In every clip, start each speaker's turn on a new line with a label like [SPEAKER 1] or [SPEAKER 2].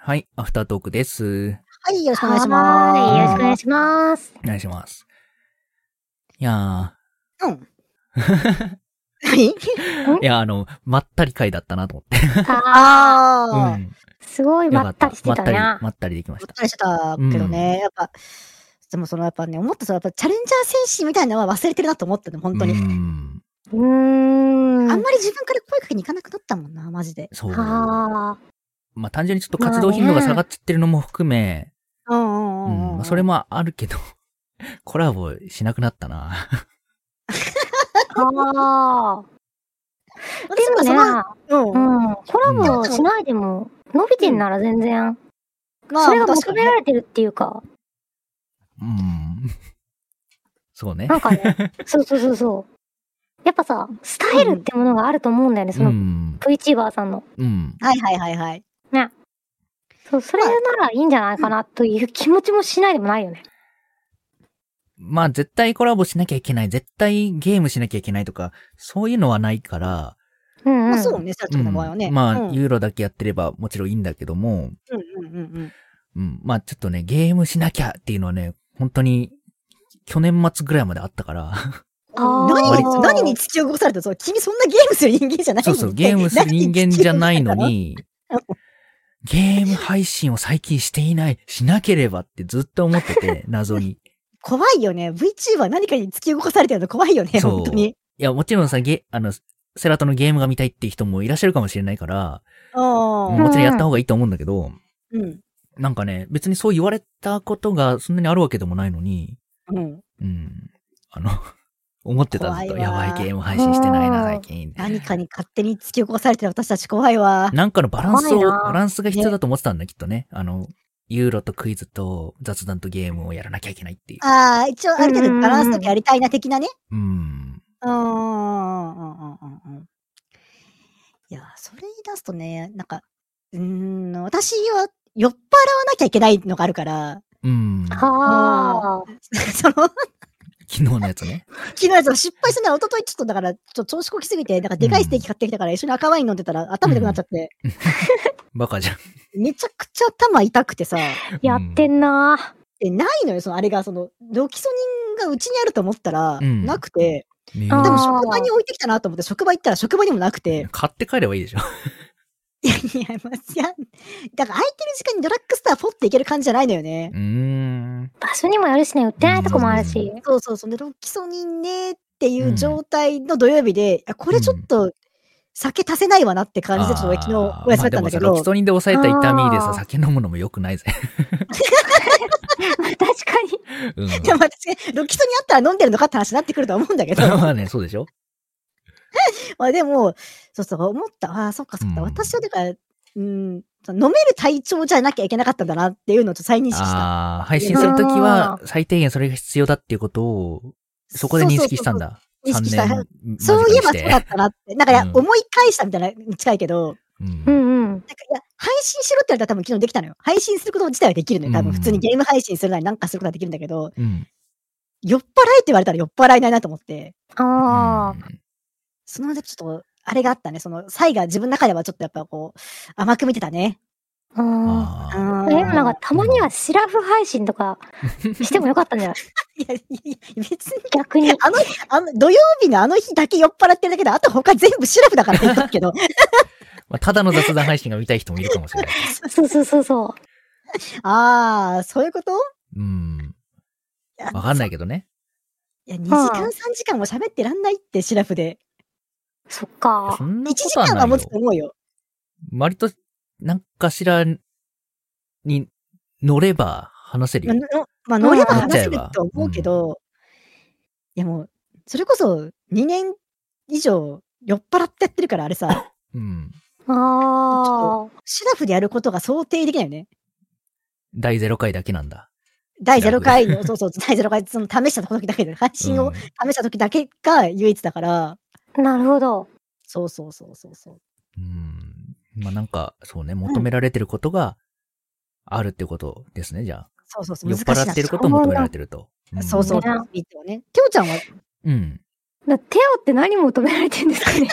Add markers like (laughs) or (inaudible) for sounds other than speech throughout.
[SPEAKER 1] はい、アフタートークです。
[SPEAKER 2] はい、よろしくお願いします。
[SPEAKER 3] はーいよろしくお願いします。
[SPEAKER 1] お願いします。いや
[SPEAKER 2] うん。
[SPEAKER 3] (laughs)
[SPEAKER 2] 何
[SPEAKER 1] ー、いや、あの、まったり会だったなと思って。
[SPEAKER 3] ああ、
[SPEAKER 1] う
[SPEAKER 2] ああ、
[SPEAKER 1] ん。
[SPEAKER 3] すごい
[SPEAKER 1] よ
[SPEAKER 3] ま
[SPEAKER 1] か
[SPEAKER 3] ったりして
[SPEAKER 1] まったたり、
[SPEAKER 3] な。
[SPEAKER 1] まったりできま
[SPEAKER 2] も
[SPEAKER 1] し。
[SPEAKER 2] ったたりしてたけどね、やっぱ、でもそのやっぱね、思ったそのやっぱチャレンジャー精神みたいなのは忘れてるなと思ったの、本当に。
[SPEAKER 1] うん。
[SPEAKER 3] うーん。
[SPEAKER 2] あんまり自分から声かけに行かなくなったもんな、マジで。
[SPEAKER 1] そう。ま
[SPEAKER 3] あー
[SPEAKER 1] あ、単純にちょっと活動頻度が下がっちゃってるのも含め、
[SPEAKER 2] うん
[SPEAKER 1] う
[SPEAKER 2] う
[SPEAKER 1] ん
[SPEAKER 2] うん
[SPEAKER 1] ん。まあそれもあるけど、 (laughs) コラボしなくなったな。
[SPEAKER 3] あー。
[SPEAKER 2] 私
[SPEAKER 3] で
[SPEAKER 2] もその
[SPEAKER 3] も
[SPEAKER 2] うん
[SPEAKER 3] ね、うん。コラボしないでも、伸びてんなら全然、
[SPEAKER 2] まあ、
[SPEAKER 3] それが
[SPEAKER 2] 確か
[SPEAKER 3] 求
[SPEAKER 2] にね
[SPEAKER 3] められてるっていうか、
[SPEAKER 1] うん。そうね
[SPEAKER 3] な。んかね、そうそうそうそう。やっぱさ、スタイルってものがあると思うんだよね、
[SPEAKER 1] う
[SPEAKER 3] その
[SPEAKER 1] ん。
[SPEAKER 3] VTuber さんの。
[SPEAKER 1] うん。
[SPEAKER 2] はいはいはいはい。
[SPEAKER 3] そう、それならいいんじゃないかなという気持ちもしないでもないよね。
[SPEAKER 1] まあ絶対コラボしなきゃいけない、絶対ゲームしなきゃいけないとか、そういうのはないから、
[SPEAKER 3] うん、うん。
[SPEAKER 2] まあそうね、さっきの場合は
[SPEAKER 1] う
[SPEAKER 2] ね。
[SPEAKER 1] んまあ、
[SPEAKER 2] うん、うん
[SPEAKER 1] ユーロだけやってればもちろんいいんだけども、
[SPEAKER 2] うんうんうん。
[SPEAKER 1] うん、まあちょっとね、ゲームしなきゃっていうのはね、本当に、去年末ぐらいまであったから、
[SPEAKER 3] あー
[SPEAKER 2] 何
[SPEAKER 3] あー
[SPEAKER 2] に、何に突き動かされたそう君そんなゲームする人間じゃな
[SPEAKER 1] (laughs)
[SPEAKER 2] い
[SPEAKER 1] そうそう、ゲームする人間じゃないの。に、ゲーム配信を最近していない、しなければってずっと思って
[SPEAKER 2] (laughs)
[SPEAKER 1] て、謎に。
[SPEAKER 2] 怖いよね。VTuber 何かに突き動かされてるの怖いよね、
[SPEAKER 1] そう
[SPEAKER 2] 本当に。
[SPEAKER 1] いや、もちろんさ、ゲ、あの、セラトのゲームが見たいっていう人もいらっしゃるかもしれないから、
[SPEAKER 2] うん
[SPEAKER 1] もちろんやった方がいいと思うんだけど、
[SPEAKER 2] うん。
[SPEAKER 1] なんかね、別にそう言われたことがそんなにあるわけでもないのに、
[SPEAKER 2] うん。
[SPEAKER 1] うん。あの、 (laughs) 思ってたずっと、
[SPEAKER 2] 怖い
[SPEAKER 1] や
[SPEAKER 2] わ
[SPEAKER 1] ば
[SPEAKER 2] ー
[SPEAKER 1] いゲーム配信してないな、
[SPEAKER 3] うん
[SPEAKER 1] 最近。
[SPEAKER 2] 何かに勝手に突き起こされてる私たち怖いわ。
[SPEAKER 1] なんかのバランスを、
[SPEAKER 3] 怖いなー
[SPEAKER 1] バランスが必要だと思ってたんだ、きっとね。あの、ユーロとクイズと雑談とゲームをやらなきゃいけないっていう。
[SPEAKER 2] ああ、一応ある程
[SPEAKER 3] うんうんう
[SPEAKER 2] 度
[SPEAKER 3] ん
[SPEAKER 2] バランスとかやりたいな的なね。
[SPEAKER 1] うん。
[SPEAKER 2] うんうんうんうんうんうん。いや、それ言い出すとね、なんか、うーん、私は酔っ払わなきゃいけないのがあるから、 (laughs)
[SPEAKER 1] うん。昨
[SPEAKER 3] はあ。
[SPEAKER 2] その、昨
[SPEAKER 1] 日のやつ
[SPEAKER 2] (laughs)
[SPEAKER 1] ね。
[SPEAKER 2] 日のやつも失敗したのは一昨日ちょっとだから、ちょっと調子こきすぎて、なんかでかいステーキ買ってきたから一緒に赤ワイン飲んでたら頭痛くなっちゃって、
[SPEAKER 1] バカじゃん。
[SPEAKER 2] めちゃくちゃ頭痛くてさ、
[SPEAKER 3] やってんな
[SPEAKER 2] でないのよ、そのあれが、その、ロキソニンがうちにあると思ったら、
[SPEAKER 1] うん
[SPEAKER 2] なくて、
[SPEAKER 1] ね
[SPEAKER 3] あー
[SPEAKER 2] でも職場に置いてきたなと思って、職場行ったら職場にもなくて、
[SPEAKER 1] 買って帰ればいいでしょ。
[SPEAKER 2] いやいや、まあ、いや、だから空いてる時間にドラッグストアポって行ける感じじゃないのよね
[SPEAKER 1] う。ーん。
[SPEAKER 3] 場所にもよるしね、売ってないとこもあるし。
[SPEAKER 2] そうそうそう。で、ロキソニンねっていう状態の土曜日で、あこれちょっと酒足せないわなって感じで、ちょっと昨日お休みだったんだ
[SPEAKER 1] まあ
[SPEAKER 2] け
[SPEAKER 1] でもさロ
[SPEAKER 2] ど、
[SPEAKER 1] キソニンで抑えた痛みで
[SPEAKER 3] あ
[SPEAKER 1] さ、
[SPEAKER 3] ー
[SPEAKER 1] 酒飲むのも良くないぜ。
[SPEAKER 2] (laughs)
[SPEAKER 3] まあ確かに。
[SPEAKER 1] うん。
[SPEAKER 2] いや、まあ、確かにロキソニンあったら飲んでるのかって話になってくるとは思うんだけど、
[SPEAKER 1] (laughs) まあね、そうでしょ。
[SPEAKER 2] まあでも、そうそう、思った。ああ、そっかそっか。
[SPEAKER 1] うん
[SPEAKER 2] 私はだから、うん、その飲める体調じゃなきゃいけなかったんだなっていうのをちょっと再認識した。
[SPEAKER 1] ああ、配信するときは最低限それが必要だっていうことを、そこで認識したんだ。
[SPEAKER 2] そうそうそうそう認識した
[SPEAKER 1] 3年
[SPEAKER 2] そういえばそうだ
[SPEAKER 1] 間
[SPEAKER 2] ったなって。なんかいや、
[SPEAKER 1] うん
[SPEAKER 2] 思い返したみたいなに近いけど、
[SPEAKER 1] 近くして
[SPEAKER 3] う
[SPEAKER 1] うん
[SPEAKER 3] んうん。
[SPEAKER 2] なんか、いや、配信しろって言われたら多分昨日できたのよ。配信すること自体はできるのよ。多
[SPEAKER 1] うん
[SPEAKER 2] 分普通にゲーム配信するなりなんかすることはできるんだけど、
[SPEAKER 1] うん。
[SPEAKER 2] 酔っ払えって言われたら酔っ払えないなと思って、
[SPEAKER 3] ああ。
[SPEAKER 2] その、ちょっと、あれがあったね。その、サイが自分の中ではちょっとやっぱこう、甘く見てたね。
[SPEAKER 3] うん
[SPEAKER 1] あ
[SPEAKER 2] う
[SPEAKER 1] あ。
[SPEAKER 2] ん。
[SPEAKER 3] え、でもなんかたまにはシラフ配信と
[SPEAKER 1] (laughs)
[SPEAKER 3] かしてもよかったんじゃない
[SPEAKER 2] いや、いや、いや別に、(laughs)
[SPEAKER 3] 逆に。
[SPEAKER 2] あの、あの、土曜日のあの日だけ酔っ払ってるだけで、あと他全部シラフだからって言ったけど、 (laughs)
[SPEAKER 1] まあ、ただの雑談配信が見たい人もいるかもしれない。
[SPEAKER 3] そうそうそうそ
[SPEAKER 2] あー、そういうこと
[SPEAKER 1] うん。
[SPEAKER 2] いや
[SPEAKER 1] わかんないけどね。
[SPEAKER 2] いや、2時間3時間も喋ってらんないって、シラフで。
[SPEAKER 3] う。そっか
[SPEAKER 1] (laughs) そ。んな
[SPEAKER 2] 1
[SPEAKER 1] こ
[SPEAKER 2] 時
[SPEAKER 1] とは
[SPEAKER 2] 間
[SPEAKER 1] な
[SPEAKER 2] はい持つと
[SPEAKER 1] よ。
[SPEAKER 2] 思うよ。
[SPEAKER 1] 割と、なんかしらに乗れば話せる
[SPEAKER 2] まあ、
[SPEAKER 1] よ。
[SPEAKER 2] のまあ、乗れば
[SPEAKER 3] うん
[SPEAKER 2] 話せると思うけど、いやもう、それこそ2年以上酔っ払ってやってるから、あ
[SPEAKER 1] (laughs)
[SPEAKER 2] れさ、
[SPEAKER 1] うん。
[SPEAKER 3] ああ。
[SPEAKER 2] シラフでやることが想定できないよね。
[SPEAKER 1] 第0回だけなんだ。
[SPEAKER 2] 第0回の、そうそう、第0回、その試した時だけで、配信を
[SPEAKER 1] うん
[SPEAKER 2] 試した時だけが唯一だから、
[SPEAKER 3] なるほど。
[SPEAKER 2] そうそうそうそうそう。
[SPEAKER 1] うん。まあなんか、そうね、求められてることがあるってことですね、じゃあ。
[SPEAKER 2] そうそうそう、
[SPEAKER 1] 酔っ
[SPEAKER 2] 難しいな
[SPEAKER 1] 払ってることを求められてると。ん
[SPEAKER 2] そうそう、いいってよね。ておちゃんは、
[SPEAKER 1] うん。
[SPEAKER 3] なテオって何求められてんですか
[SPEAKER 2] (laughs)
[SPEAKER 3] ね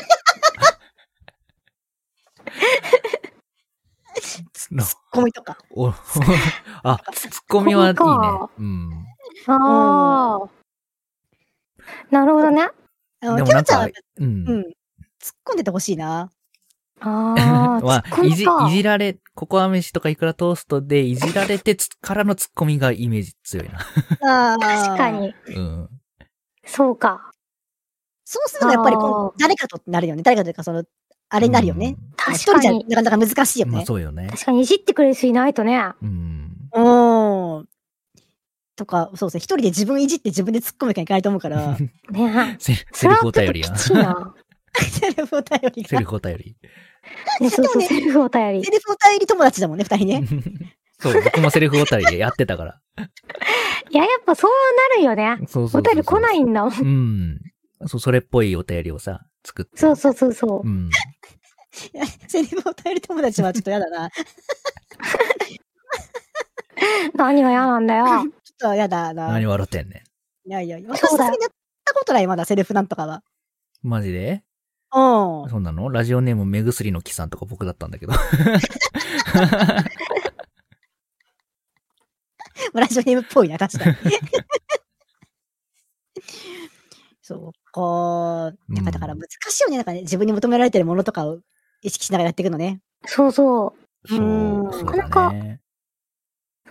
[SPEAKER 1] な
[SPEAKER 2] コミとか。
[SPEAKER 1] お (laughs) あ、ツッコミはいいね。うん。
[SPEAKER 3] ああ。なるほどね。
[SPEAKER 2] あの
[SPEAKER 1] でも
[SPEAKER 2] キ
[SPEAKER 1] な
[SPEAKER 2] ャラ
[SPEAKER 1] ん
[SPEAKER 2] ちゃんは
[SPEAKER 1] か、うん。 (laughs)
[SPEAKER 2] うん。突っ込んでてほしいな。
[SPEAKER 3] ああ。
[SPEAKER 1] ま
[SPEAKER 3] ツッコ
[SPEAKER 1] あ、い
[SPEAKER 3] ミ
[SPEAKER 1] じ、
[SPEAKER 3] か
[SPEAKER 1] いじられ、ココア飯とかイクラトーストでいじられてつからのツッコミがイメージ強い
[SPEAKER 3] (laughs)
[SPEAKER 1] な。
[SPEAKER 2] あ
[SPEAKER 3] 確
[SPEAKER 2] 確
[SPEAKER 3] か。に。
[SPEAKER 1] うん。
[SPEAKER 3] そうか。
[SPEAKER 2] そうするとやっぱり今
[SPEAKER 3] あー
[SPEAKER 2] 度、誰かとってなるよね。誰かというか、その、あれになるよね。一
[SPEAKER 3] 確
[SPEAKER 2] 人じ
[SPEAKER 3] か
[SPEAKER 2] ゃ
[SPEAKER 3] に。
[SPEAKER 2] なかなか難しいよ
[SPEAKER 1] うん。まあ
[SPEAKER 2] ね。
[SPEAKER 1] そうよね。
[SPEAKER 3] 確かにいじってくれる人いないとね。
[SPEAKER 1] うん。
[SPEAKER 2] うん。とか、そうですね。一人で自分いじって自分で突っ込むきゃいけないと思うから。
[SPEAKER 1] (laughs)
[SPEAKER 3] ね
[SPEAKER 1] セセリフお便りや
[SPEAKER 3] そ。れはちょっとき
[SPEAKER 2] セルフお便り
[SPEAKER 1] セ
[SPEAKER 2] が
[SPEAKER 1] リ。フお便り。
[SPEAKER 3] ついな。ね、そうそう、
[SPEAKER 2] でもね
[SPEAKER 3] セリフお便り
[SPEAKER 2] セ。リフお便り友達だもんね、二人ね。
[SPEAKER 1] (laughs) そう、僕もセリフお便りでやってたから。
[SPEAKER 3] いや、やっぱそうなるよね。
[SPEAKER 1] そうそ
[SPEAKER 3] (laughs)
[SPEAKER 1] うそ
[SPEAKER 3] お
[SPEAKER 1] うそう。
[SPEAKER 3] 便り来ないんだもん。
[SPEAKER 1] うん。そう、それっぽいお便りをさ、作って。
[SPEAKER 3] そうそうそうそうう。
[SPEAKER 1] ん。
[SPEAKER 2] いやセリフお便り友達はちょっとやだな。ちょ
[SPEAKER 3] 何が嫌なん
[SPEAKER 1] (laughs)
[SPEAKER 3] だよ。
[SPEAKER 2] っとやだな。
[SPEAKER 1] 何
[SPEAKER 2] い
[SPEAKER 1] 笑ってんね
[SPEAKER 2] やいやいや。
[SPEAKER 3] そ
[SPEAKER 2] 私
[SPEAKER 3] う
[SPEAKER 2] さ
[SPEAKER 3] だ
[SPEAKER 2] すがにやったことない、まだセルフなんとかは。
[SPEAKER 1] ん。マジで
[SPEAKER 2] (laughs) うん。
[SPEAKER 1] そうなのラジオネーム目薬の木さんとか僕だったんだけど。
[SPEAKER 2] ラジオネームっぽいな、確か (laughs) に。そうか。なんかだから
[SPEAKER 1] うん
[SPEAKER 2] 難しいよね。なんかね、自分に求められてるものとかを意識しながらやっていくのね。
[SPEAKER 3] そうそ
[SPEAKER 1] そう、そう
[SPEAKER 3] なか
[SPEAKER 1] だ
[SPEAKER 3] な
[SPEAKER 1] ね。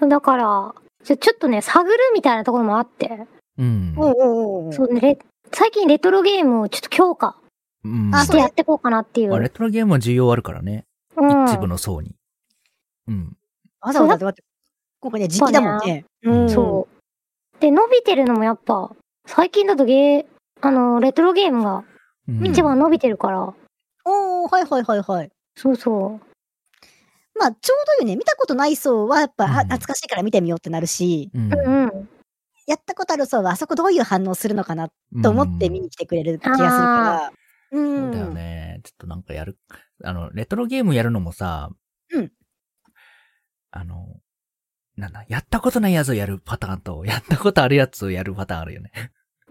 [SPEAKER 3] う。だから、ちょちょっとね、探るみたいなところもあって。
[SPEAKER 1] うん。
[SPEAKER 2] うんうんうん。
[SPEAKER 3] そうね、レ最近レトロゲームをちょっと強化
[SPEAKER 1] うん。
[SPEAKER 2] あ
[SPEAKER 3] し
[SPEAKER 2] そう
[SPEAKER 3] てやっていこうかなっていう。
[SPEAKER 1] まあレトロゲームは需要あるからね。
[SPEAKER 3] うん。
[SPEAKER 1] 一部の層に。うん。
[SPEAKER 2] わざわざだって、今回ね、時期だもんね。
[SPEAKER 1] うん
[SPEAKER 3] そう。で、伸びてるのもやっぱ、最近だとゲー、あの、レトロゲームが
[SPEAKER 1] うん
[SPEAKER 3] 一番伸びてるから、
[SPEAKER 2] おー、はいはいはいはい。
[SPEAKER 3] そうそう。
[SPEAKER 2] まあ、ちょうどいいよね。見たことない層は、やっぱ、
[SPEAKER 1] うん
[SPEAKER 2] あ懐かしいから見てみようってなるし、
[SPEAKER 1] うん
[SPEAKER 3] うんうん。
[SPEAKER 2] やったことある層は、あそこどういう反応するのかなと思って見に来てくれる気がするから。う。
[SPEAKER 1] うんんそうだよね。ちょっとなんかやる。あの、レトロゲームやるのもさ、
[SPEAKER 2] うん。
[SPEAKER 1] あの、なんだ、やったことないやつをやるパターンと、やったことあるやつをやるパターンあるよね。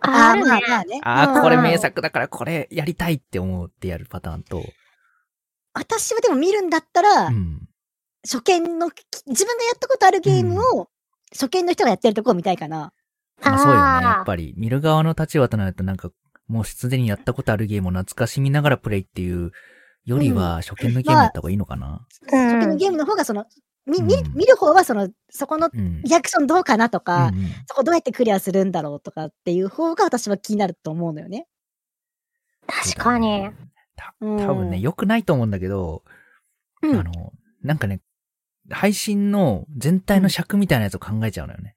[SPEAKER 3] あ
[SPEAKER 2] あ
[SPEAKER 3] あ
[SPEAKER 2] ー
[SPEAKER 3] る
[SPEAKER 2] まあ
[SPEAKER 3] ね。
[SPEAKER 2] まあね。
[SPEAKER 1] あ
[SPEAKER 2] う
[SPEAKER 1] あ、
[SPEAKER 2] ん
[SPEAKER 1] これ名作だからこれやりたいって思ってやるパターンと、
[SPEAKER 2] 私はでも見るんだったら、
[SPEAKER 1] うん。
[SPEAKER 2] 初見の、き自分がやったことあるゲームを、初見の人がやってるとこを見たいかな。
[SPEAKER 1] まあそうよね。
[SPEAKER 3] あー
[SPEAKER 1] やっぱり、見る側の立場となるとなんか、もうすでにやったことあるゲームを懐かしみながらプレイっていうよりは、初見のゲームやった方がいいのかな。
[SPEAKER 3] うん
[SPEAKER 2] 初見のゲームの方が、その、み、見
[SPEAKER 1] うん
[SPEAKER 2] 見る方は、その、そこの
[SPEAKER 1] うん。
[SPEAKER 2] リアクションどうかなとか、
[SPEAKER 1] うんうん
[SPEAKER 2] そこどうやってクリアするんだろうとかっていう方が私は気になると思うのよね。
[SPEAKER 3] 確かに。。
[SPEAKER 2] うん、
[SPEAKER 1] 多分ね、良くないと思うんだけど、
[SPEAKER 2] うん
[SPEAKER 1] あの、なんかね、配信の全体の尺みたいなやつを考えちゃうのよね。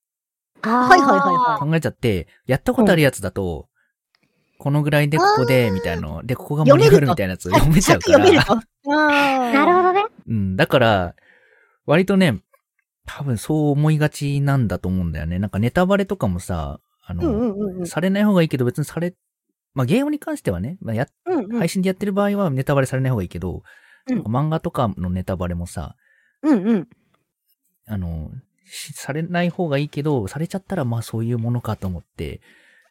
[SPEAKER 3] ああ。
[SPEAKER 2] はいはいはいは
[SPEAKER 1] 考えちゃって、やったことあるやつだと、このぐらいでここで、みたいな、で、ここが盛り上がるみたいなやつ読めちゃう
[SPEAKER 2] 尺
[SPEAKER 1] か
[SPEAKER 2] 読める
[SPEAKER 1] ら。
[SPEAKER 2] と。な
[SPEAKER 3] なるほどね。
[SPEAKER 1] うん、だから、割とね、多分そう思いがちなんだと思うんだよね。なんかネタバレとかもさ、あの、
[SPEAKER 2] うんうんうんうん
[SPEAKER 1] されない方がいいけど別にされ、まあゲームに関してはね、まあ、やっ
[SPEAKER 2] うんうん
[SPEAKER 1] 配信でやってる場合はネタバレされない方がいいけど、
[SPEAKER 2] うん
[SPEAKER 1] なんか漫画とかのネタバレもさ、
[SPEAKER 2] うんうん。
[SPEAKER 1] あの、しされない方がいいけど、されちゃったらまあそういうものかと思って、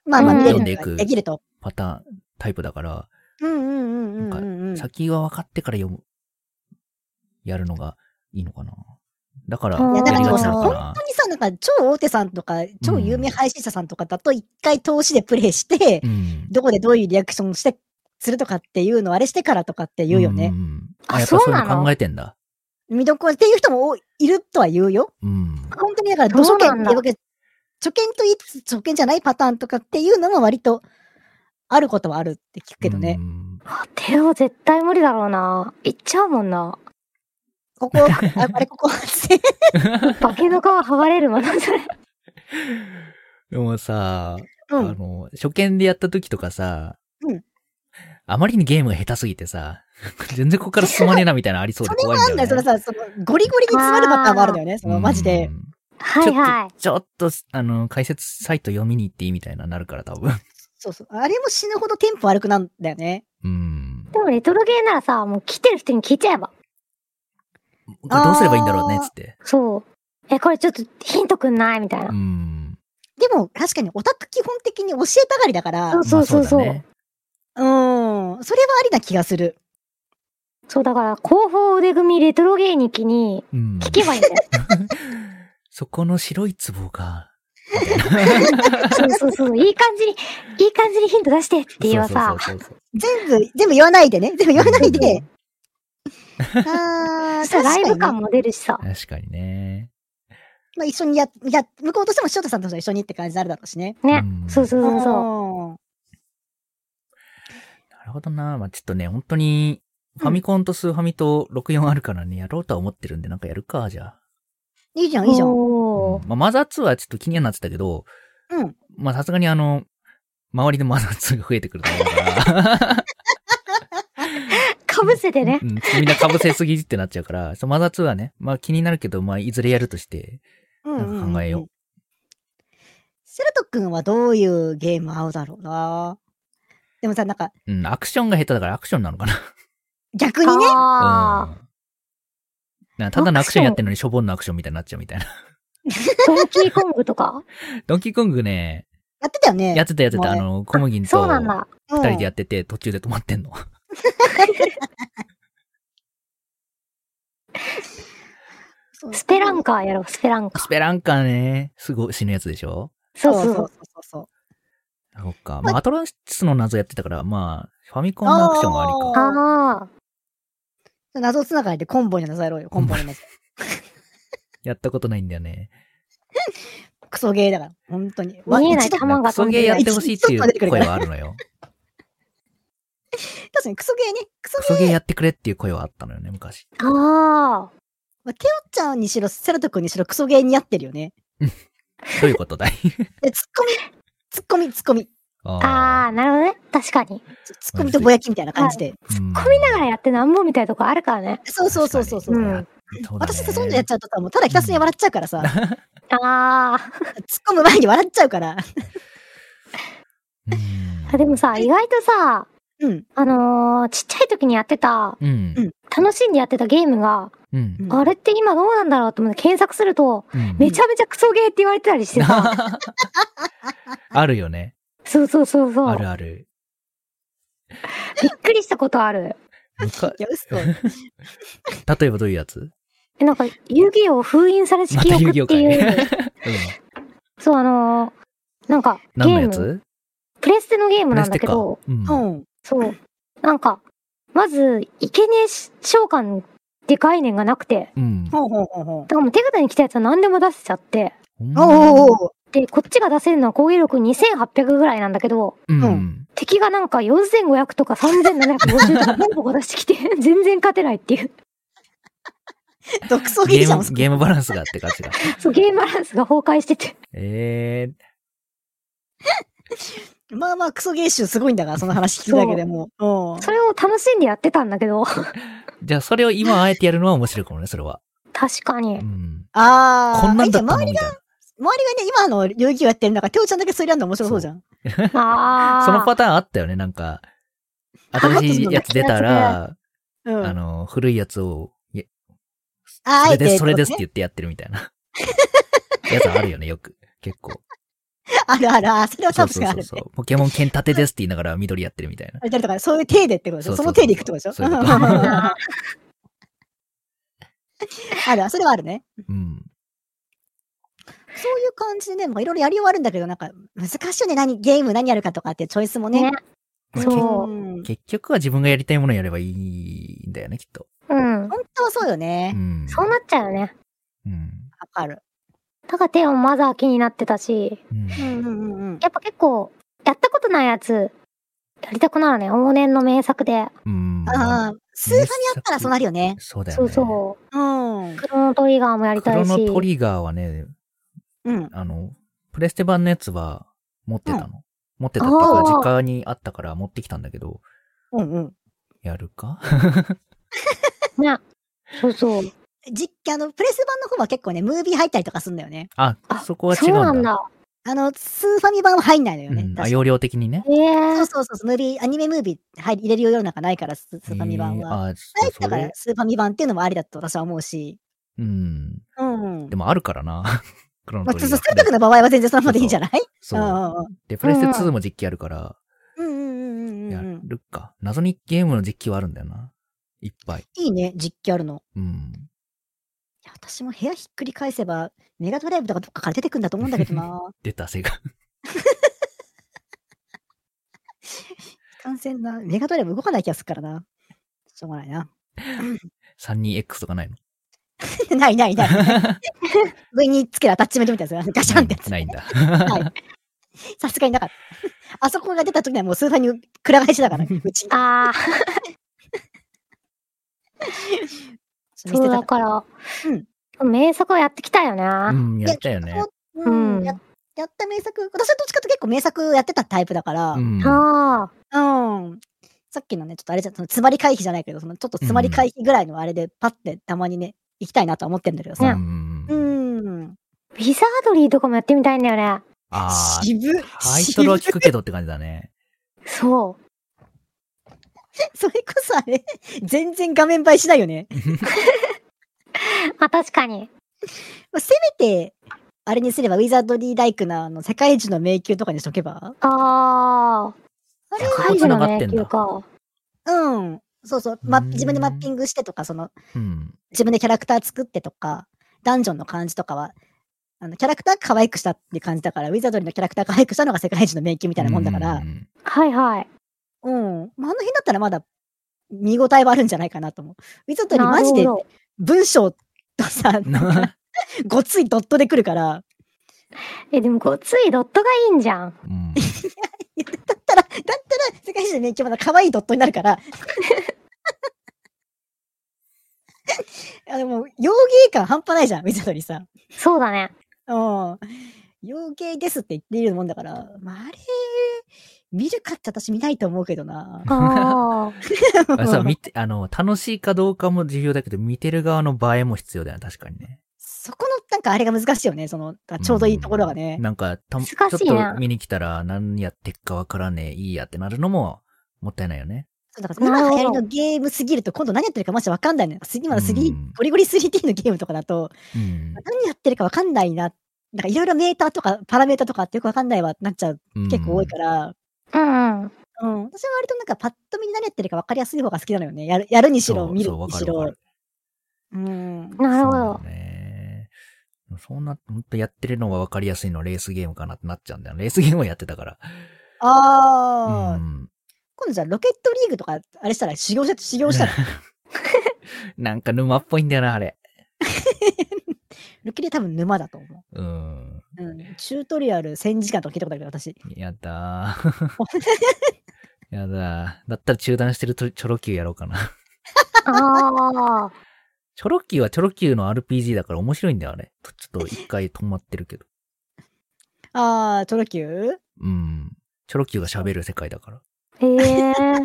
[SPEAKER 2] まあまあ
[SPEAKER 3] うん
[SPEAKER 2] 見れる
[SPEAKER 1] 読ん
[SPEAKER 2] の
[SPEAKER 1] でい
[SPEAKER 2] が
[SPEAKER 1] く
[SPEAKER 2] できると。
[SPEAKER 1] パターン、タイプだから、
[SPEAKER 2] うんうんうんうんうんうん。
[SPEAKER 1] 先は分かってから読む、やるのがいいのかな。だから、
[SPEAKER 3] うん
[SPEAKER 2] いやだ
[SPEAKER 1] や
[SPEAKER 2] か
[SPEAKER 1] りが
[SPEAKER 2] らもう
[SPEAKER 1] ちなのか
[SPEAKER 2] 本
[SPEAKER 1] な
[SPEAKER 2] 当。にさ、なんか超大手さんとか、超有名配信者さんとかだと、一回投資でプレイして、
[SPEAKER 1] うん。
[SPEAKER 2] どこでどういうリアクションして、するとかっていうのをあれしてからとかって言うよ
[SPEAKER 1] ん
[SPEAKER 2] ね。
[SPEAKER 1] んん。
[SPEAKER 3] あ
[SPEAKER 1] あ、やっぱそういう
[SPEAKER 3] そうな
[SPEAKER 1] の
[SPEAKER 3] の
[SPEAKER 1] 考えてんだ。
[SPEAKER 2] 見どころっていう人も多いいるとは言うよ。
[SPEAKER 1] うん。
[SPEAKER 2] 本当にだから、ど
[SPEAKER 3] そう
[SPEAKER 2] 初見っ
[SPEAKER 3] なんだ
[SPEAKER 2] ていうわけ、初見と言いつつ初見じゃないパターンとかっていうのも割とあることはあるって聞くけどね
[SPEAKER 1] う。ん。
[SPEAKER 3] あ手を絶対無理だろうな。いっちゃうもんな。
[SPEAKER 2] ここ、ああれ
[SPEAKER 1] (laughs)
[SPEAKER 2] ここ、
[SPEAKER 3] 化けの皮剥がれるもん (laughs) な、それ。
[SPEAKER 1] でもさ、
[SPEAKER 2] う
[SPEAKER 1] あ
[SPEAKER 2] ん。
[SPEAKER 1] の、初見でやった時とかさ、
[SPEAKER 2] うん
[SPEAKER 1] あまりにゲームが下手すぎてさ、 (laughs) 全然ここから進まねえなみたいなのありそうで
[SPEAKER 2] それ
[SPEAKER 1] 怖
[SPEAKER 2] も
[SPEAKER 1] いん
[SPEAKER 2] あ
[SPEAKER 1] だ
[SPEAKER 2] ん
[SPEAKER 1] よ、ね。
[SPEAKER 2] だよ。そのさ、その、ゴリゴリに詰まるパターンもあるんだよね。その、マジで
[SPEAKER 1] う。ん。
[SPEAKER 3] はいはい。
[SPEAKER 1] ちょっと、ちょっと、あの、解説サイト読みに行っていいみたいななるから多分。 (laughs)
[SPEAKER 2] そうそう。あれも死ぬほどテンポ悪くなんだよね。
[SPEAKER 1] うん。
[SPEAKER 3] でもレトロゲーならさ、もう来てる人に聞いちゃえば。
[SPEAKER 1] これどうすればいいんだろうね、つって。
[SPEAKER 3] そう。え、これちょっとヒントくんないみたいな
[SPEAKER 1] う。ん。
[SPEAKER 2] でも、確かにオタク基本的に教えたがりだから、う
[SPEAKER 3] そうそうそうそう。
[SPEAKER 1] まあだね
[SPEAKER 2] ん。それはありな気がする。
[SPEAKER 3] そう、だから、後方腕組みレトロゲーニキに
[SPEAKER 1] うん。
[SPEAKER 3] 聞けばいいん (laughs) だよ。
[SPEAKER 1] (laughs) そこの白い壺が、
[SPEAKER 3] (laughs) そうそうそう。いい感じに、いい感じにヒント出してって言えば
[SPEAKER 1] (laughs)
[SPEAKER 3] さ、
[SPEAKER 1] そうそうそうそう
[SPEAKER 2] 全部、全部言わないでね。全部言わないで。あ
[SPEAKER 3] (laughs) そ
[SPEAKER 2] ー、確か
[SPEAKER 3] したらラ
[SPEAKER 2] に、
[SPEAKER 3] イブ感
[SPEAKER 2] ね。
[SPEAKER 3] も出るしさ。
[SPEAKER 1] 確かにね。
[SPEAKER 2] まあ一緒にや、や、向こうとしても翔太さんと一緒にって感じになるだろうしね。
[SPEAKER 3] ね
[SPEAKER 1] う。ん
[SPEAKER 3] そうそうそうそう。
[SPEAKER 1] なるほどな。まあ、ちょっとね、本当に、ファミコンとスーファミと64あるからね、やろうとは思ってるんで、なんかやるか、じゃあ。
[SPEAKER 2] うん。いいじゃん、いいじゃん。
[SPEAKER 3] おー
[SPEAKER 1] うんまあ、マザー2はちょっと気にはなってたけど、
[SPEAKER 2] うん。
[SPEAKER 1] まあ、さすがにあの、周りのマザー2が増えてくると思うから、
[SPEAKER 3] かぶせて (laughs) ね
[SPEAKER 1] う。ん、みんな被せすぎってなっちゃうから、そうマザー2はね、まあ気になるけど、まあいずれやるとして、
[SPEAKER 2] うんうんうん
[SPEAKER 1] なんか考えよう。
[SPEAKER 2] セルト君はどういうゲーム合うだろうな。でもさ、なんか、
[SPEAKER 1] うん、アクションが下手だからアクションなのかな。
[SPEAKER 2] 逆にね、
[SPEAKER 3] あ
[SPEAKER 1] うんなただのアクションやってるのにしょぼんのアクションみたいになっちゃうみたいな。 (laughs)
[SPEAKER 3] ードンキーコングとか
[SPEAKER 1] ドンキーコングね、
[SPEAKER 2] やってたよね。
[SPEAKER 1] やってたやってた、
[SPEAKER 2] まあ
[SPEAKER 1] あ
[SPEAKER 2] ね
[SPEAKER 1] の、小麦
[SPEAKER 3] (laughs) そ
[SPEAKER 1] と
[SPEAKER 3] うなんだ。
[SPEAKER 2] うん
[SPEAKER 1] 二人でやってて途中で止まってん
[SPEAKER 3] (laughs)
[SPEAKER 1] の。
[SPEAKER 2] そう
[SPEAKER 3] スペランカーやろう、スペランカ
[SPEAKER 1] ス。ペランカーね、すごい死ぬやつでしょ
[SPEAKER 3] そ
[SPEAKER 2] そううそ
[SPEAKER 3] そう
[SPEAKER 2] そ
[SPEAKER 3] うそう
[SPEAKER 2] う。そう。
[SPEAKER 1] そっか。まあ、アトラスの謎やってたから、まあ、ファミコンのアクションはあり
[SPEAKER 2] あー
[SPEAKER 1] か。
[SPEAKER 3] ああ。
[SPEAKER 2] 謎つながりでコンボになさやろうよ、コンボになさ。
[SPEAKER 1] やったことないんだよね。
[SPEAKER 2] クソゲーだから、本当に。
[SPEAKER 3] 見えない
[SPEAKER 2] 一度
[SPEAKER 3] 球が
[SPEAKER 1] クソ
[SPEAKER 3] 飛ん
[SPEAKER 1] ゲー
[SPEAKER 3] で
[SPEAKER 1] やっ
[SPEAKER 3] る。
[SPEAKER 1] てほしいっていう声はあるの
[SPEAKER 3] (laughs)
[SPEAKER 1] よ。
[SPEAKER 2] 確かにクソゲーね。クソ
[SPEAKER 1] ク
[SPEAKER 2] ゲ
[SPEAKER 1] ソゲーやってくれっていう声はあったのよね、昔。
[SPEAKER 3] ああ。
[SPEAKER 2] ー。テオちゃんにしろ、セラト君にしろクソゲーに合ってるよね。
[SPEAKER 1] どういうことだい
[SPEAKER 2] で、ツッコミ、ツッコミ、ツッコミ。
[SPEAKER 3] (laughs) ああ、なるほどね。確かに。
[SPEAKER 2] ツッコミとぼやきみたいな感じで。
[SPEAKER 1] ー、うん
[SPEAKER 3] 込みながらやってなんぼみたいなとこあるからね。
[SPEAKER 2] そうそうそうそう。そう
[SPEAKER 3] 確かに
[SPEAKER 2] うん
[SPEAKER 1] そうだね
[SPEAKER 2] 私さ、そんなやっちゃうとさ、もうただひたすら笑っちゃうからさ、突っ
[SPEAKER 3] ああ。
[SPEAKER 2] 込む前に笑っちゃうから。
[SPEAKER 1] うん
[SPEAKER 3] あでもさ、意外とさ、
[SPEAKER 2] うん。
[SPEAKER 3] あのー、ちっちゃい時にやってた、
[SPEAKER 1] うん。
[SPEAKER 3] 楽しんでやってたゲームが、
[SPEAKER 1] うん。
[SPEAKER 2] うん
[SPEAKER 3] あれって今どうなんだろうと思って検索すると、
[SPEAKER 1] うん
[SPEAKER 3] めちゃめちゃクソゲーって言われてたりして (laughs) さ。
[SPEAKER 1] (laughs) あるよね。
[SPEAKER 3] そうそうそうそ
[SPEAKER 1] あ
[SPEAKER 3] う。
[SPEAKER 1] るある。
[SPEAKER 3] びっくりしたことある。
[SPEAKER 1] むか
[SPEAKER 2] いや、嘘。
[SPEAKER 1] 例えばどういうやつ
[SPEAKER 3] えなんか、遊戯王封印されし
[SPEAKER 1] ま
[SPEAKER 3] 記
[SPEAKER 1] た遊
[SPEAKER 3] 憶
[SPEAKER 1] 戯
[SPEAKER 3] っ
[SPEAKER 1] 王
[SPEAKER 3] て
[SPEAKER 1] 会
[SPEAKER 3] いう、
[SPEAKER 1] ね。
[SPEAKER 3] (laughs) そうあのー、なんか、
[SPEAKER 1] うん
[SPEAKER 3] ゲ
[SPEAKER 1] 何の
[SPEAKER 3] ー
[SPEAKER 1] や
[SPEAKER 3] ム、
[SPEAKER 1] つ
[SPEAKER 3] プレステのゲーム
[SPEAKER 1] プレ
[SPEAKER 3] なん
[SPEAKER 1] ス
[SPEAKER 3] だ
[SPEAKER 1] テ
[SPEAKER 3] け
[SPEAKER 1] か。
[SPEAKER 3] ど、
[SPEAKER 1] うん
[SPEAKER 2] うん。
[SPEAKER 3] そう。なんか、まず、いけねえ召喚って概念がなくて、
[SPEAKER 1] うん。
[SPEAKER 2] ほうほうほうほう
[SPEAKER 3] だ。からもう手札に来たやつは何でも出せちゃって、
[SPEAKER 1] ほんま
[SPEAKER 2] おーおーおー
[SPEAKER 3] で、こっちが出せるのは攻撃力2800ぐらいなんだけど、
[SPEAKER 1] うん
[SPEAKER 2] う
[SPEAKER 3] 敵がなんか4500とか3750とかボコボコ出してきて、 (laughs) 全然勝てないっていう。
[SPEAKER 2] 毒草ゲー
[SPEAKER 1] ゲ
[SPEAKER 2] じゃ
[SPEAKER 1] ー
[SPEAKER 2] ん
[SPEAKER 1] ム、。ゲームバランスがって感じが。 (laughs)
[SPEAKER 3] そう、ゲームバランスが崩壊してて。
[SPEAKER 1] え
[SPEAKER 2] まあまあ、クソゲー集すごいんだから、その話聞くだけでもう。うん
[SPEAKER 3] それを楽しんでやってたんだけど、
[SPEAKER 1] ー、じゃあそれを今あえてやるのは面白いかもね、それは。
[SPEAKER 3] 確か
[SPEAKER 1] う
[SPEAKER 3] に。
[SPEAKER 1] ん。
[SPEAKER 2] あー。
[SPEAKER 1] こんなんだった
[SPEAKER 2] あ
[SPEAKER 1] の
[SPEAKER 2] いい
[SPEAKER 1] み
[SPEAKER 2] じゃん周り
[SPEAKER 1] たい
[SPEAKER 2] が、
[SPEAKER 1] な。
[SPEAKER 2] 周りがね、今の領域をやってる中、テオちゃんだけそれやるの面白そうじゃん。
[SPEAKER 3] ああ。
[SPEAKER 1] そのパターンあったよね、なんか。新しいやつ出たら、
[SPEAKER 2] うん。
[SPEAKER 1] あの、古いやつを、いや
[SPEAKER 2] あ
[SPEAKER 1] それ
[SPEAKER 2] ー
[SPEAKER 1] です、それ
[SPEAKER 2] あえて
[SPEAKER 1] で
[SPEAKER 2] っ
[SPEAKER 1] すっ
[SPEAKER 2] てこ
[SPEAKER 1] て言ってやってるみたい
[SPEAKER 2] (laughs)
[SPEAKER 1] な。やつあるよね、よく。結構。
[SPEAKER 2] とねあるある、あそれは
[SPEAKER 1] そ
[SPEAKER 2] 多
[SPEAKER 1] うそ
[SPEAKER 2] 分
[SPEAKER 1] う
[SPEAKER 2] あ
[SPEAKER 1] そ
[SPEAKER 2] る
[SPEAKER 1] う
[SPEAKER 2] ね
[SPEAKER 1] そ。う。ポケモン剣盾ですって言いながら緑やってるみたいな。
[SPEAKER 2] あれだとか、そういう体でってことでし
[SPEAKER 1] そう
[SPEAKER 2] ょそ
[SPEAKER 1] そうそう
[SPEAKER 2] の体でいくってことでし
[SPEAKER 1] そう
[SPEAKER 2] ょ
[SPEAKER 1] いうこと
[SPEAKER 2] ある、それは (laughs) あるね。
[SPEAKER 1] うん。
[SPEAKER 2] そういう感じでね、まあいろいろやり終わるんだけど、なんか、難しいよね。何、ゲーム何やるかとかってチョイスもね
[SPEAKER 3] ね。
[SPEAKER 1] まあ
[SPEAKER 3] そう
[SPEAKER 2] うん
[SPEAKER 1] 結局は自分がやりたいものをやればいいんだよね、きっと。
[SPEAKER 3] う
[SPEAKER 2] 本
[SPEAKER 3] ん。
[SPEAKER 2] 当はそうよ
[SPEAKER 1] う
[SPEAKER 2] ね。
[SPEAKER 1] ん。
[SPEAKER 3] そうなっちゃうよね。
[SPEAKER 1] うん。
[SPEAKER 2] わかる。
[SPEAKER 3] だからテオンマザー気になってたし、
[SPEAKER 1] うん
[SPEAKER 2] うんうんうんうん。
[SPEAKER 3] やっぱ結構、やったことないやつ、やりたくなるね。往年の名作で。
[SPEAKER 1] うん。
[SPEAKER 2] ああ、スーファミやったらそうなるよね。
[SPEAKER 1] そうだよ
[SPEAKER 3] そ
[SPEAKER 1] ね。
[SPEAKER 3] うそうう。
[SPEAKER 2] ん。
[SPEAKER 3] クロノトリガーもやり
[SPEAKER 1] ク
[SPEAKER 3] た
[SPEAKER 1] ロ
[SPEAKER 3] いし。
[SPEAKER 1] ノトリガーはね、
[SPEAKER 2] うん。
[SPEAKER 1] あの、プレステ版のやつは持ってたの。持ってたっていう
[SPEAKER 3] あ
[SPEAKER 1] か、
[SPEAKER 3] ー
[SPEAKER 1] 実家にあったから持ってきたんだけど、
[SPEAKER 2] うんうん。
[SPEAKER 1] やる
[SPEAKER 2] (laughs)
[SPEAKER 1] か
[SPEAKER 3] ね。そうそう。
[SPEAKER 2] 実あの、プレス版の方は結構ね、ムービー入ったりとかするんだよね。
[SPEAKER 1] あ、
[SPEAKER 3] あ
[SPEAKER 1] そこは違
[SPEAKER 3] そう
[SPEAKER 1] う
[SPEAKER 3] なんん
[SPEAKER 1] だ。
[SPEAKER 3] だ。
[SPEAKER 2] あの、スーファミ版は入んないのよね。
[SPEAKER 1] うんあ、
[SPEAKER 2] 確か
[SPEAKER 1] 容量的にね。
[SPEAKER 3] ええ
[SPEAKER 2] そうそうそうそう、ムービー、アニメムービー入入れるようなんかないから、ススーファミ版は。
[SPEAKER 1] えーあ、そ
[SPEAKER 2] 入っ
[SPEAKER 1] う
[SPEAKER 2] た
[SPEAKER 1] そ
[SPEAKER 2] から
[SPEAKER 1] れ、。
[SPEAKER 2] スーファミ版っていうのもありだと私は思うし。
[SPEAKER 1] うん。
[SPEAKER 2] うん。
[SPEAKER 1] でもあるからな。 (laughs) クロノ
[SPEAKER 2] まあ、
[SPEAKER 1] ト
[SPEAKER 2] そ
[SPEAKER 1] リ
[SPEAKER 2] うそ
[SPEAKER 1] ガ
[SPEAKER 2] う、スル
[SPEAKER 1] ー
[SPEAKER 2] ト。君の場合は全然そのままでいいんじゃない
[SPEAKER 1] そう。で、プレステ2も実機あるから、
[SPEAKER 2] うんうんうんうんうんう
[SPEAKER 1] や
[SPEAKER 2] んうん。
[SPEAKER 1] るか。謎にゲームの実機はあるんだよな。いっぱい。
[SPEAKER 2] いいね、実機あるの。
[SPEAKER 1] うん。
[SPEAKER 2] いや、私も部屋ひっくり返せば、メガドライブとかどっかから出てくんだと思うんだけ
[SPEAKER 1] (laughs)
[SPEAKER 2] どな。
[SPEAKER 1] 出たせが。
[SPEAKER 2] 感染な、メガドライブ動かない気がするからな。しょうがない (laughs) な。
[SPEAKER 1] 32X とかないの
[SPEAKER 2] ないな
[SPEAKER 1] (laughs)
[SPEAKER 2] いない。上につけるアタッチメントみたいなやつガシャンってやつ。
[SPEAKER 1] ないんだ。
[SPEAKER 2] はい。さすがになかった。あそこが出た時にはもう数分にくら替えしてたから、うち。
[SPEAKER 3] ああ、
[SPEAKER 2] 見
[SPEAKER 3] そうだ
[SPEAKER 2] たか
[SPEAKER 3] から、名作をやってきた
[SPEAKER 1] (laughs)
[SPEAKER 3] よ
[SPEAKER 1] う
[SPEAKER 3] な。
[SPEAKER 1] ん、やったよね
[SPEAKER 2] そ。ら。うん。
[SPEAKER 3] うん
[SPEAKER 2] ややった名作、私はどっちかというと結構名作やってたタイプだから、
[SPEAKER 1] う
[SPEAKER 2] うん。
[SPEAKER 1] ん。
[SPEAKER 3] ああ、
[SPEAKER 2] さっきのね、ちょっとあれじゃ、その詰まり回避じゃないけど、そのちょっと詰まり回避ぐらいのあれで、パッてたまにね、行きたいなとは思ってんだけど
[SPEAKER 1] う
[SPEAKER 2] さ。
[SPEAKER 1] ん
[SPEAKER 2] う。ん。
[SPEAKER 3] ビザードリーとかもやってみたいんだよね。
[SPEAKER 1] あー、
[SPEAKER 2] 渋い。
[SPEAKER 1] タイトルは
[SPEAKER 2] 渋
[SPEAKER 1] 聞
[SPEAKER 2] い
[SPEAKER 1] くけどって感じだね。
[SPEAKER 3] そ
[SPEAKER 2] (laughs) それこそあれ、全然画面映えしないよね。
[SPEAKER 3] う。あ、確か
[SPEAKER 2] ま
[SPEAKER 3] に。
[SPEAKER 2] あせめて、あれにすれば、ウィザードリー・ダイクのあの、世界一の迷宮とかにしとけば
[SPEAKER 3] ああ、
[SPEAKER 2] あれ
[SPEAKER 1] 世界
[SPEAKER 3] 解
[SPEAKER 1] 一
[SPEAKER 3] 除
[SPEAKER 1] 繋
[SPEAKER 3] の
[SPEAKER 1] がってん
[SPEAKER 3] 迷宮
[SPEAKER 1] だ。
[SPEAKER 3] か。
[SPEAKER 2] うん。そうそう。ま、
[SPEAKER 1] うーん
[SPEAKER 2] 自分でマッピングしてとか、その、
[SPEAKER 1] うん。
[SPEAKER 2] 自分でキャラクター作ってとか、ダンジョンの感じとかは、あの、キャラクター可愛くしたって感じだから、ウィザードリーのキャラクター可愛くしたのが世界一の迷宮みたいなもんだから、
[SPEAKER 1] うん
[SPEAKER 3] はいはい。
[SPEAKER 2] うん。まあ、あの辺だったらまだ、見応えはあるんじゃないかなと思う。ウィザードリーマジで
[SPEAKER 3] なるほど
[SPEAKER 2] 文章とさ、 (laughs) ごっついドットで来るから、
[SPEAKER 3] え、でもごついドットがいいんじゃん。
[SPEAKER 1] うん
[SPEAKER 2] いやだったら、だったら、世界一の迷宮まだ可愛いドットになるから。いやでも、洋芸感半端ないじゃん、ウィザードリーさ。
[SPEAKER 3] そうだね。
[SPEAKER 2] うん。洋芸ですって言っているもんだから、まあ、あれ、見るかって私見ないと思うけどな。
[SPEAKER 3] あ
[SPEAKER 1] (laughs) あ
[SPEAKER 3] あ、
[SPEAKER 1] れさ、見て、あの、楽しいかどうかも重要だけど、見てる側の映えも必要だよね、確かにね。
[SPEAKER 2] そこの、なんかあれが難しいよね、その、ちょうどいいところがね
[SPEAKER 1] うん。なんか、た
[SPEAKER 3] 難
[SPEAKER 1] ち
[SPEAKER 3] しい
[SPEAKER 1] ょ
[SPEAKER 3] な
[SPEAKER 1] っと見に来たら、何やってっかわからねえ、いいやってなるのも、もったいないよね。
[SPEAKER 2] そうだから今流
[SPEAKER 3] なる
[SPEAKER 2] 行
[SPEAKER 3] ほ
[SPEAKER 2] り
[SPEAKER 3] ど
[SPEAKER 2] のゲームすぎると、今度何やってるかましてわかんないのよ。次まだ
[SPEAKER 1] う
[SPEAKER 2] 3D
[SPEAKER 1] ん、
[SPEAKER 2] ゴリゴリ 3D のゲームとかだと、
[SPEAKER 1] うん。
[SPEAKER 2] 何やってるかわかんないな。なんかいろいろメーターとかパラメータとかあってよくわかんないわってなっちゃう結構多いから、
[SPEAKER 3] うんうん。
[SPEAKER 2] うん、私は割となんかパッと見に慣れてるから分かりやすい方が好きなのよね。やるやるにし
[SPEAKER 1] そ
[SPEAKER 2] ろ、
[SPEAKER 1] う
[SPEAKER 2] 見る
[SPEAKER 1] そうわ
[SPEAKER 2] に
[SPEAKER 1] か
[SPEAKER 2] し
[SPEAKER 1] るわか
[SPEAKER 2] ろ
[SPEAKER 1] る。
[SPEAKER 2] うん。
[SPEAKER 3] なるほ
[SPEAKER 1] そう
[SPEAKER 3] ど
[SPEAKER 1] だ。ね。そんな、ほんとやってるのがわかりやすいのはレースゲームかなってなっちゃうんだよ。レースゲームはやってたから。
[SPEAKER 2] ああ、
[SPEAKER 1] うん。
[SPEAKER 2] 今度じゃあロケットリーグとか、あれしたら修行した、修行したら、
[SPEAKER 1] なんか沼っぽいんだよな、あれ。
[SPEAKER 2] ロケで多分沼だと思
[SPEAKER 1] うん。
[SPEAKER 2] う。うん。チュートリアル1000時間とか聞いたことあるけど、 (laughs) 私。
[SPEAKER 1] やだー。やだー。だったら中断してるとチョロ Q やろうかな。
[SPEAKER 3] ああ、
[SPEAKER 1] チョロ Q はチョロ Q の RPG だから面白いんだよ、あれ。とちょっと一回止まってるけど。
[SPEAKER 2] ああ、チョロ Q?
[SPEAKER 1] うん。チョロ Q が喋る世界だから。
[SPEAKER 3] へえ。
[SPEAKER 2] ま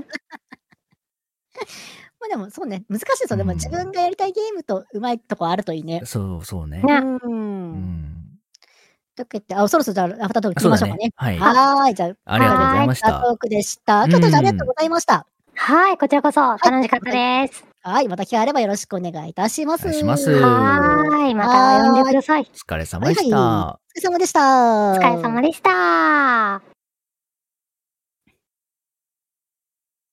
[SPEAKER 2] あでもそうね、難しいですよ。でも
[SPEAKER 1] うん
[SPEAKER 2] 自分がやりたいゲームとうまいとこあるといいね。
[SPEAKER 1] そう、そうね。
[SPEAKER 3] ね
[SPEAKER 2] う。
[SPEAKER 1] うんん。
[SPEAKER 2] とか言って、あ、そろそろじゃあアフター
[SPEAKER 1] あ
[SPEAKER 2] トーク行き
[SPEAKER 1] そう
[SPEAKER 2] ましょ
[SPEAKER 1] だ
[SPEAKER 2] うか
[SPEAKER 1] ね
[SPEAKER 2] ね。。
[SPEAKER 1] はい。
[SPEAKER 2] はーい、じゃあ、
[SPEAKER 1] ありがとうございまし
[SPEAKER 2] アフター
[SPEAKER 1] た。
[SPEAKER 2] トークでした。今日はありがとうございました。
[SPEAKER 3] はい、こちらこそ楽しかったです。
[SPEAKER 2] はい、また機会あればよろしくお願いいたします。
[SPEAKER 1] お願いします
[SPEAKER 2] お疲
[SPEAKER 3] はーい、また呼んでください。
[SPEAKER 1] お疲れ様でした。
[SPEAKER 2] はいはいれ様でした。お
[SPEAKER 3] お疲れ様でした。